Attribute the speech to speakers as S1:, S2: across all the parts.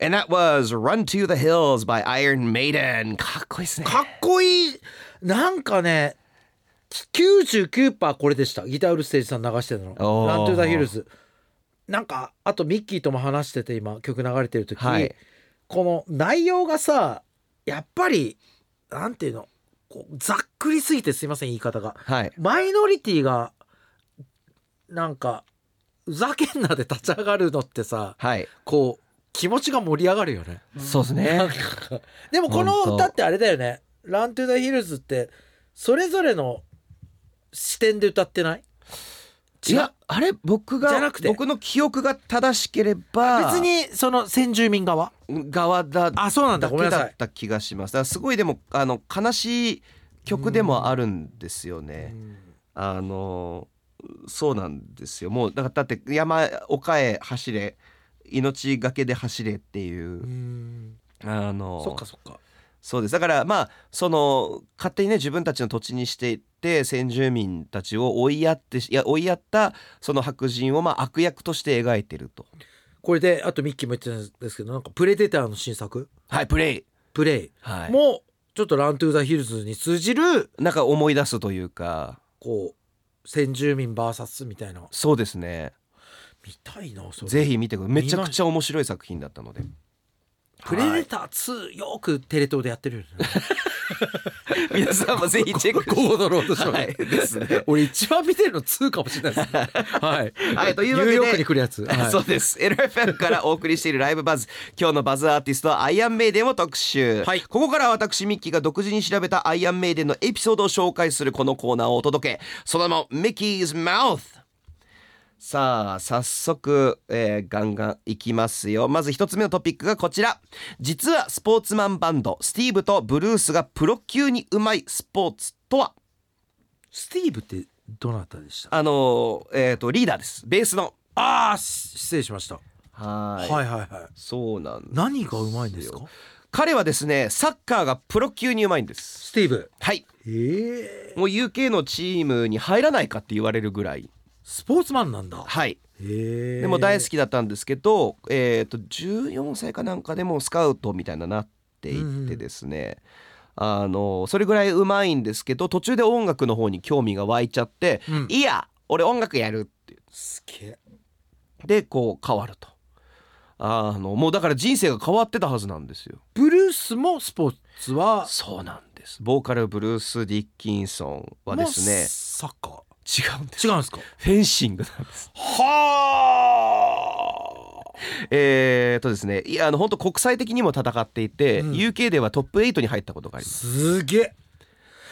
S1: And that was Run to the Hills by Iron Maiden. かっこいいですね。
S2: かっこいいなんかね99%これでしたギターウルステージさん流してたの
S1: おー
S2: 「ラントゥ・ザ・ヒルズ」なんかあとミッキーとも話してて今曲流れてる時、
S1: はい
S2: この内容がさやっぱりなんていうのこうざっくりすぎてすいません言い方が
S1: はい。
S2: マイノリティがなんかふざけんなで立ち上がるのってさ
S1: はい。
S2: こう気持ちが盛り上がるよね。
S1: そうです
S2: なん
S1: ね。
S2: かでもこの歌ってあれだよね「ラン・トゥ・ザ・ヒルズ」ってそれぞれの視点で歌ってない
S1: い
S2: 違う
S1: や、あれ、僕が、
S2: じゃなくて
S1: 僕の記憶が正しければ、
S2: 別にその先住民側
S1: 側だ
S2: あそうなんだ
S1: だ
S2: ごめん
S1: け
S2: な
S1: だ
S2: さ
S1: っ
S2: い
S1: た気がします。だからすごいでも、あの、悲しい曲でもあるんですよね。あのそうなんですよもうだからだって山丘へ走れ命がけで走れっていううんあの
S2: そっかそっか
S1: そうですだからまあその勝手にね自分たちの土地にしていって先住民たちを追いやってしいや追いやったその白人をまあ悪役として描いてると
S2: これであとミッキーも言ってたんですけどなんか「プレデター」の新作
S1: はいプレイ
S2: 「プレイ
S1: は」い
S2: もちょっと「ラン・トゥ・ザ・ヒルズ」に通じる
S1: なんか思い出すというか
S2: こう先住民 VS みたいな
S1: そうですね
S2: 見たいなそれ
S1: ぜひ見てくださいめちゃくちゃ面白い作品だったので
S2: プレデター2よくテレ東でやってるよね
S1: はい皆さんもぜひチェック
S2: 午後のロードショー、
S1: はいですね
S2: 俺一番見てるの2かもし れないですねはい、
S1: はいというわけで
S2: ニューヨークに来る やつ、はい
S1: そうです LFM からお送りしているライブバズ今日のバズアーティストはアイアンメイデンを特集、
S2: はい
S1: ここからは私ミッキーが独自に調べたアイアンメイデンのエピソードを紹介するこのコーナーをお届けその名もミッキーズマウスさあ早速、えーガンガンいきますよまず一つ目のトピックがこちら実はスポーツマンバンドスティーブとブルースがプロ級にうまいスポーツとは
S2: スティーブってどなたでした
S1: あのーえー、とリーダーですベースの
S2: ああし失礼しました、
S1: は
S2: はい、はいはい
S1: そうなんです
S2: 何がうまいんですか
S1: 彼はですねサッカーがプロ級にうまいんです
S2: スティーブ
S1: はい
S2: ええ
S1: もう UK のチームに入らないかって言われるぐらい
S2: スポーツマンなんだ
S1: はい
S2: ええ
S1: でも大好きだったんですけど、えー、と14歳かなんかでもうスカウトみたいななっていってですね、あのそれぐらいうまいんですけど途中で音楽の方に興味が湧いちゃって「
S2: うん
S1: いや俺音楽やる」って
S2: すげえ
S1: でこう変わるとあのもうだから人生が変わってたはずなんですよ
S2: ブルースもスポーツは
S1: そうなんですボーカルブルース・ディッキンソンはです
S2: もう
S1: ね
S2: サッカ
S1: 違うんです
S2: ー違うんですか
S1: フェンシングなんです
S2: はあ
S1: えー、とですねいやあの本当国際的にも戦っていて、
S2: うん
S1: UK ではトップ8に入ったことがあります
S2: すげえ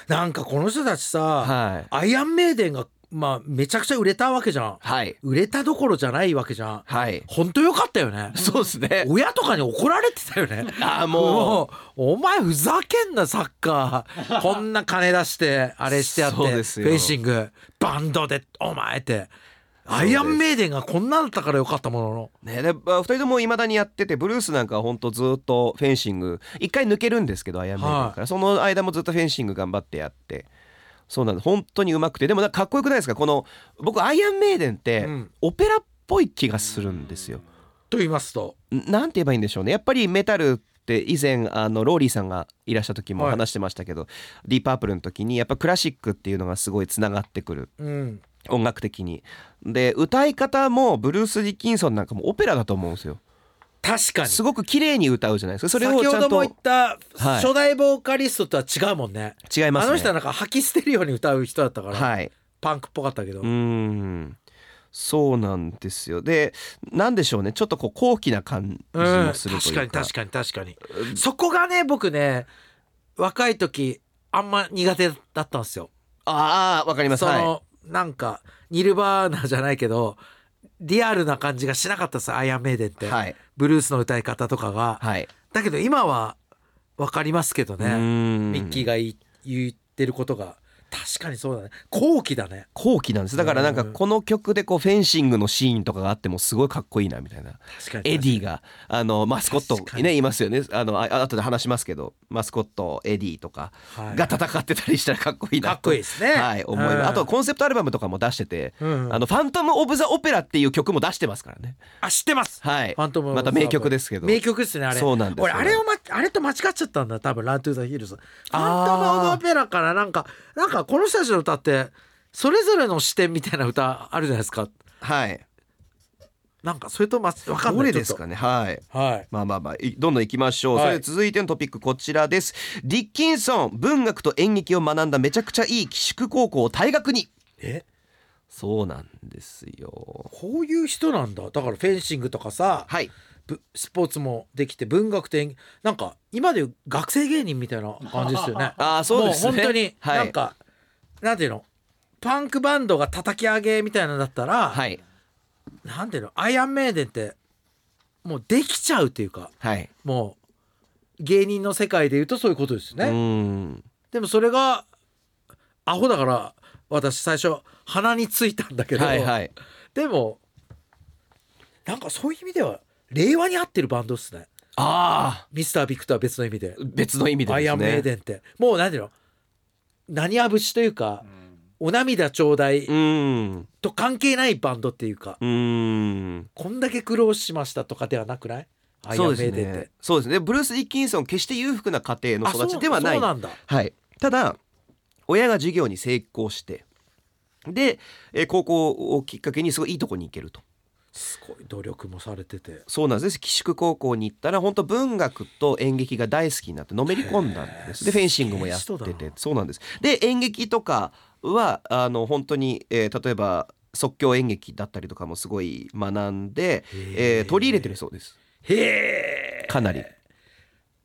S2: なんかこの人たちさ、
S1: はい
S2: アイアンメイデンが、まあ、めちゃくちゃ売れたわけじゃん。
S1: はい
S2: 売れたどころじゃないわけじゃん。
S1: はい
S2: ほんとよかったよね。
S1: そうですね
S2: 親とかに怒られてたよね。
S1: あー もう
S2: もう、お前ふざけんな、サッカ ー。こんな金出して、あれしてやって、フ
S1: そうですよ
S2: ェンシング、バンドで、お前って。
S1: す
S2: アイアンメイデンがこんなだったからよかったものの。
S1: ねでまあ二人ともいまだにやっててブルースなんかは本当ずっとフェンシング一回抜けるんですけどアイアンメイデンから、その間もずっとフェンシング頑張ってやってそうなんです本当にうまくてでもなんかかっこよくないですかこの僕アイアンメイデンって、
S2: うん
S1: オペラっぽい気がするんですよ
S2: と言いますと、
S1: んなんて言えばいいんでしょうねやっぱりメタルって以前あのローリーさんがいらっしゃった時も
S2: はい
S1: 話してましたけど、ディープアップルの時にやっぱクラシックっていうのがすごいつながってくる
S2: うん。
S1: 音楽的にで歌い方もブルース・ディッキンソンなんかもオペラだと思うんですよ
S2: 確かに。
S1: すごく綺麗に歌うじゃないですかそれを
S2: 先
S1: ち
S2: ほ
S1: ゃん
S2: ども
S1: と
S2: 言った、
S1: はい
S2: 初代ボーカリストとは違うもんね。
S1: 違いますね
S2: あの人はなんか吐き捨てるように歌う人だったから、
S1: はい
S2: パンクっぽかったけど、
S1: うーんそうなんですよでなんでしょうねちょっとこう高貴な感じ
S2: うん
S1: もするという
S2: 確か
S1: か,、
S2: に確かに確かに、そこがね僕ね若い時あんま苦手だったんですよ。
S1: ああわかります
S2: その、
S1: は
S2: なんかニルバーナじゃないけどリアルな感じがしなかったですアイアンメイデンっ
S1: い
S2: て、
S1: はい
S2: ブルースの歌い方とかが、
S1: はい
S2: だけど今は分かりますけどね、ミ
S1: ッ
S2: ッキーがい言ってることが確かにそうだね後期だね
S1: 後期なんですだからなんかこの曲でこうフェンシングのシーンとかがあってもすごいかっこいいなみたいな
S2: 確かに
S1: エディがあのマスコット
S2: 確か
S1: ねいますよねあのあ後で話しますけどマスコットエディとか
S2: はい
S1: が戦ってたりしたらかっこいいなと
S2: かっこいいですね
S1: はい思います
S2: うん
S1: あとコンセプトアルバムとかも出してて「
S2: うん
S1: あのファントム・オブ・ザ・オペラ」っていう曲も出してますからね
S2: あ知ってます
S1: はい
S2: ファントム
S1: また名曲ですけど
S2: 名曲ですねあれ
S1: そうなんですよ
S2: 俺あれを、ま、あれと間違っちゃったんだ多分ラントゥーザヒルズフ
S1: あー
S2: ァントムオブオペラからなんかなんかこの人たちの歌ってそれぞれの視点みたいな歌あるじゃないですか
S1: はい
S2: なんかそれとまわかんない
S1: どれですか
S2: ね
S1: ねはい
S2: はい
S1: まあまあまあいどんどん行きましょう、
S2: はい
S1: それで続いてのトピックこちらですディッキンソン文学と演劇を学んだめちゃくちゃいい寄宿高校を退学に
S2: え
S1: そうなんですよ
S2: こういう人なんだだからフェンシングとかさ
S1: はい
S2: ぶスポーツもできて文学展なんか今でいう学生芸人みたいな感じですよね
S1: あーそうですね
S2: も本当に
S1: はい
S2: なんか、なんていうのパンクバンドが叩き上げみたいなのだったら、
S1: はい
S2: なんていうのアイアンメイデンってもうできちゃうっていうか
S1: はい
S2: もう芸人の世界でいうとそういうことですよ
S1: う
S2: ね、
S1: ん
S2: でもそれがアホだから私最初鼻についたんだけど、
S1: はいはい
S2: でもなんかそういう意味では令和に合ってるバンドっすね
S1: ああ
S2: ミスタービッグとは別の意味で
S1: 別の意味でですね
S2: アイアンメイデンってもう何ていうの何あぶしというか、お涙ちょうだい
S1: うん
S2: と関係ないバンドっていうか、
S1: うん
S2: こんだけ苦労しましたとかではなくないアイア
S1: そ
S2: ン
S1: う
S2: メイ
S1: で
S2: デ
S1: す
S2: ンって、
S1: ねそうですねブルース・ディッキンソン決して裕福な家庭の
S2: あそう
S1: 育ちではない
S2: そうなんだ
S1: はい、ただ親が授業に成功してで、えー高校をきっかけにすごいいいとこに行けると
S2: すごい努力もされてて
S1: そうなんです寄宿高校に行ったら本当文学と演劇が大好きになってのめり込んだんですでフェンシングもやっ
S2: すげ
S1: て
S2: え人だ
S1: てそうなんですで演劇とかはあの本当に、えー例えば即興演劇だったりとかもすごい学んで、
S2: へえ
S1: えー取り入れてるそうです
S2: へえ
S1: かなり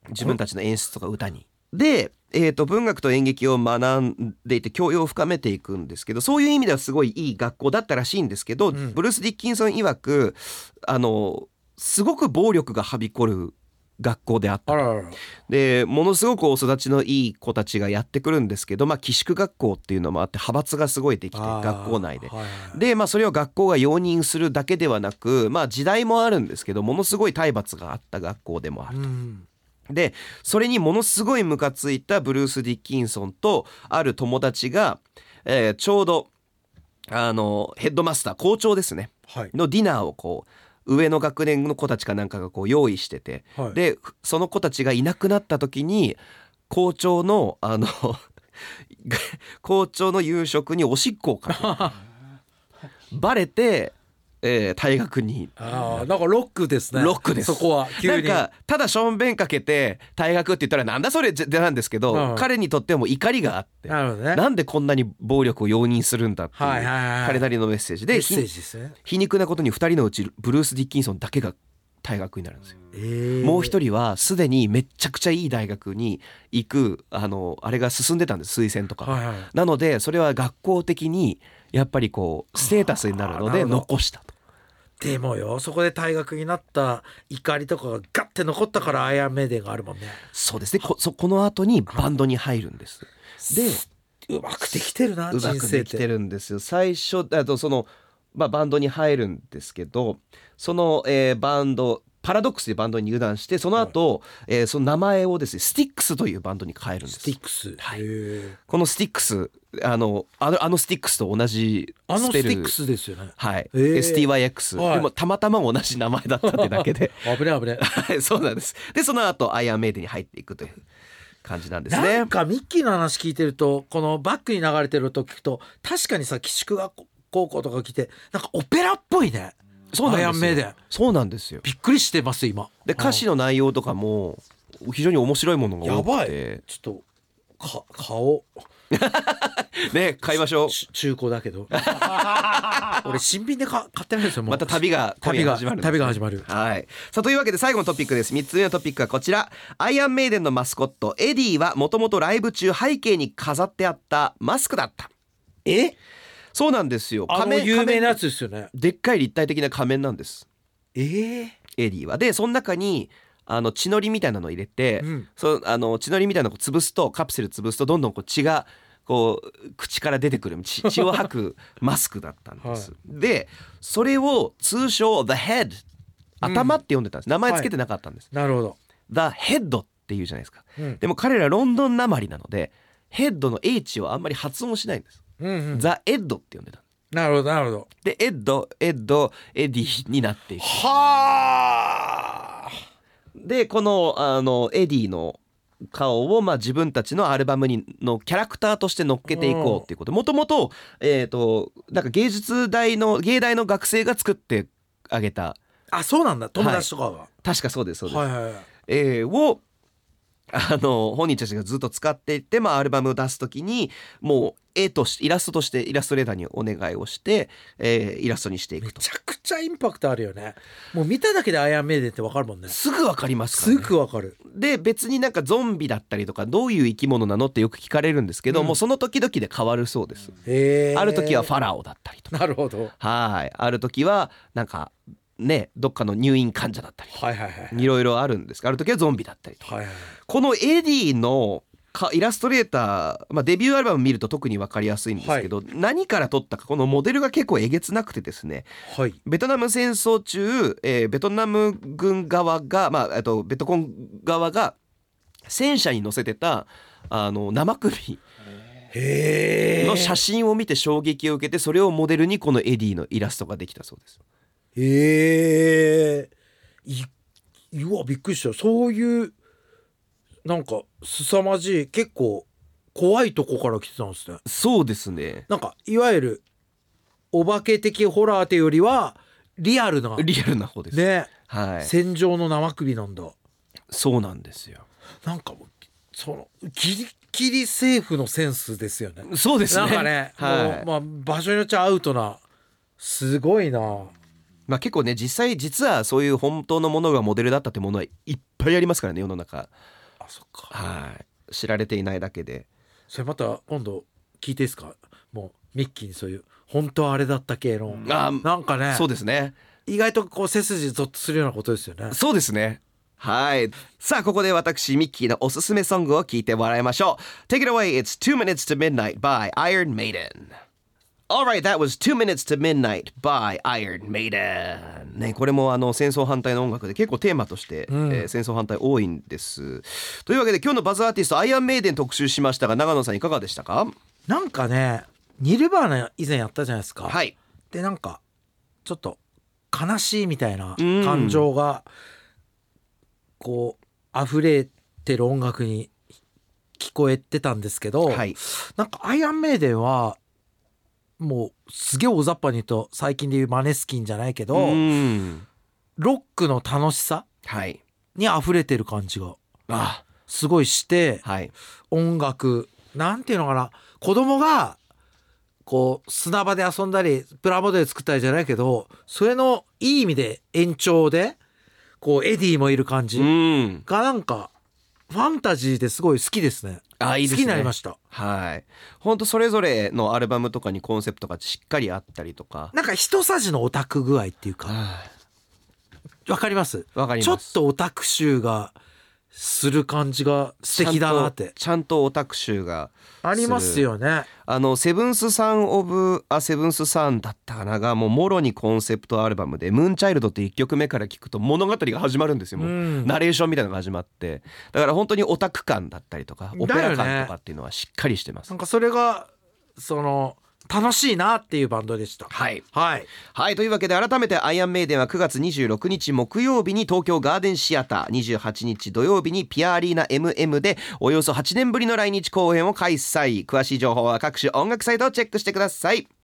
S1: 自分たちの演出とか歌に。で、えー、と文学と演劇を学んでいて教養を深めていくんですけどそういう意味ではすごいいい学校だったらしいんですけど、
S2: ん
S1: ブルース・ディッキンソン曰くあのすごく暴力がはびこる学校であった
S2: あらららら
S1: でものすごくお育ちのいい子たちがやってくるんですけど、まあ、寄宿学校っていうのもあって派閥がすごいできて
S2: あー
S1: 学校内で
S2: はいはい
S1: で、まあ、それを学校が容認するだけではなく、まあ、時代もあるんですけどものすごい体罰があった学校でもある
S2: うん
S1: でそれにものすごいムカついたブルース・ディッキンソンとある友達が、えーちょうどあのヘッドマスター校長ですね
S2: はい
S1: のディナーをこう上の学年の子たちかなんかがこう用意してて、
S2: はい
S1: でその子たちがいなくなった時に校長のあの 校長の夕食におしっこをか けバレて、えー退学に
S2: ああなんかロックですね
S1: ロックです
S2: そこは急に
S1: なんかただしょんべんかけて退学って言ったらなんだそれじゃなんですけど、
S2: うん
S1: 彼にとっても怒りがあって
S2: なるほどね
S1: なんでこんなに暴力を容認するんだっていう、
S2: はいはいはい
S1: 彼なりのメッセージ
S2: メ
S1: で
S2: ッセー
S1: ひ
S2: ジですね
S1: 皮肉なことに2人のうちブルース・ディッキンソンだけが退学になるんですよ。もう
S2: も
S1: 一人はすでにめちゃくちゃいい大学に行くあのあれが進んでたんです推薦とか、
S2: はいはい
S1: なのでそれは学校的にやっぱりこうステータスになるの
S2: あーな
S1: で
S2: るほど
S1: 残したと
S2: でもよそこで退学になった怒りとかがガッて残ったからアイアンメイデンがあるもんね
S1: そうですねこそこの後にバンドに入るんですで
S2: うまくできてるな
S1: うま
S2: 人
S1: く
S2: 生
S1: で
S2: っ
S1: きて
S2: て
S1: るんですよ最初あとその、まあ、バンドに入るんですけどその、えーバンドパラドックスでバンドに入団してその後、えーその名前をですねスティックスというバンドに変えるんです
S2: スティックスへー
S1: このスティックスあのあのあのスティックスと同じ
S2: あ
S1: ス
S2: のス
S1: ペ
S2: テ
S1: ル
S2: ィックスですよね
S1: はい、
S2: へー
S1: STYX、
S2: はい
S1: でもたまたま同じ名前だったってだけ で
S2: 危ね危ね
S1: はいそうなんですでその後アイアンメイデンに入っていくという感じなんですね
S2: なんかミッキーの話聞いてるとこのバックに流れてる音聞くと確かにさ寄宿学校高校とか来てなんかオペラっぽいね
S1: そうなんですよ
S2: アイアンメイデン
S1: そうなんですよ
S2: びっくりしてます今
S1: で歌詞の内容とかも非常に面白いもの
S2: あ
S1: が
S2: や
S1: 多
S2: ば
S1: く
S2: い
S1: て
S2: ちょっとか顔
S1: ね買いましょう
S2: ち中古だ けど俺新品でか買ってないんですよもう
S1: また旅が今
S2: 旅
S1: 夜
S2: が
S1: 始まるんですね
S2: 旅が始まる
S1: はいさあというわけで最後のトピックです3つ目のトピックはこちらアイアンメイデンのマスコットエディはもともとライブ中背景に飾ってあったマスクだった
S2: え
S1: そうなんですよ
S2: あの
S1: 仮面
S2: 有名なや
S1: 仮
S2: つですよね
S1: 面でっかい立体的な仮面なんです
S2: ええ
S1: エディはでその中にあの血のりみたいなのを入れて、
S2: うん
S1: そのあの血のりみたいなのを潰すとカプセル潰すとどんどんこう血がここう口から出てくる血血を吐くマスクだったんです、でそれを通称「The Head」頭って呼んでたんです、名前つけてなかったんです、
S2: なるほど。
S1: The Head っていうじゃないですか
S2: うん。
S1: でも彼らロンドンなまりなのでヘッドの H をあんまり発音しないんです、
S2: うんうん。
S1: ザ・エッドって呼んでた
S2: なるほど、なるほど。
S1: でエッドエッドエディになっていく
S2: はあ。
S1: でこのあのエディの顔をまあ自分たちのアルバムにのキャラクターとして乗っけていこうっていうこともともとえっ、となんか芸術大の芸大の学生が作ってあげた
S2: あ、そうなんだ。友達とかは。
S1: 確かそうですそうです、
S2: はいはいはい。
S1: えーをあの本人たちがずっと使っていって、まあ、アルバムを出す時にもう絵としてイラストとしてイラストレーターにお願いをして、えーイラストにしてい
S2: め
S1: くと
S2: ちゃくちゃインパクトあるよね。もう見ただけでアイアンメイデンってわかるもんね。
S1: すぐわかりますから
S2: す
S1: ね
S2: ぐわかる。
S1: で別になんかゾンビだったりとかどういう生き物なのってよく聞かれるんですけど、
S2: うん
S1: もうその時々で変わるそうです、
S2: へえ。
S1: ある時はファラオだったりとか
S2: なるほど。
S1: はいある時はなんかねどっかの入院患者だったりとか
S2: はいはいはい。
S1: いろいろあるんですがある時はゾンビだったりとか
S2: はいはい。
S1: このエディのかイラストレーター、まあ、デビューアルバム見ると特に分かりやすいんですけど、何から撮ったかこのモデルが結構えげつなくてですね
S2: はい。
S1: ベトナム戦争中、えーベトナム軍側が、まあ、あとベトコン側が戦車に乗せてたあの生首
S2: へえ。
S1: の写真を見て衝撃を受けてそれをモデルにこのエディのイラストができたそうです。
S2: へえ。い、うわ、びっくりした。そういう、なんか、凄まじい、結構、怖いとこから来てたんですね。
S1: そうですね
S2: なんか、いわゆる、お化け的ホラーというよりは、リアルな、
S1: リアルな方です、
S2: ね、
S1: はい
S2: 戦場の生首なんだ。
S1: そうなんですよ
S2: なんかもう、その、ギリギリ政府のセンスですよね。
S1: そうですね
S2: なんかね、
S1: はい
S2: もう、まあ、場所によっちゃアウトな、すごいな。
S1: まあ、結構ね実際実はそういう本当のものがモデルだったってものはいっぱいありますからね世の中
S2: あ、そっか。
S1: はい知られていないだけで
S2: それまた今度聞いていいですかもうミッキーにそういう本当はあれだった系の
S1: あ
S2: なんかね
S1: そうですね
S2: 意外とこう背筋ゾッとするようなことですよね
S1: そうですねはいさあここで私ミッキーのおすすめソングを聞いてもらいましょう Take it away it's 2 minutes to midnight by Iron Maiden Alright, that was Two Minutes to Midnight by Iron Maiden. ね、これもあの戦争反対の音楽で結構テーマとして、えー戦争反対多いんです。というわけで今日のバズアーティストアイアンメイデン特集しましたが長野さんいかがでしたか
S2: なんかねニルバーナ以前やったじゃないですか、
S1: はい。
S2: でなんかちょっと悲しいみたいな感情がこう溢れてる音楽に聞こえてたんですけど、
S1: はい。
S2: なんかアイアンメイデンはもうすげえ大雑把に言うと最近で言うマネスキンじゃないけど、
S1: ん。
S2: ロックの楽しさ
S1: はい。
S2: に溢れてる感じが
S1: あ、
S2: すごいして
S1: はい。
S2: 音楽なんていうのかな子供がこう砂場で遊んだりプラモデル作ったりじゃないけどそれのいい意味で延長でこうエディもいる感じ
S1: ん。
S2: がなんかファンタジーですごい好きですね。
S1: あ、いいですね。
S2: 好きになりました。
S1: はい。本当それぞれのアルバムとかにコンセプトがしっかりあったりとか。
S2: なんか一さじのオタク具合っていうか
S1: はい
S2: わかります
S1: わかります。
S2: ちょっとオタク臭がする感じが素敵だなって
S1: ちゃんとオタク集が
S2: ありますよね。
S1: あのセブンスさんオブあセブンスさんだったかながもうもろにコンセプトアルバムで「ムーンチャイルド」って1曲目から聞くと物語が始まるんですよもう、
S2: うん
S1: ナレーションみたいなのが始まってだから本当にオタク感だったりとかオペラ感とかっていうのはしっかりしてます、
S2: なんかそれがその楽しいなっていうバンドでした。
S1: はい
S2: はい。
S1: はいというわけで改めてアイアンメイデンは9月26日木曜日に東京ガーデンシアター28日土曜日にピアアリーナ MM でおよそ8年ぶりの来日公演を開催詳しい情報は各種音楽サイトをチェックしてください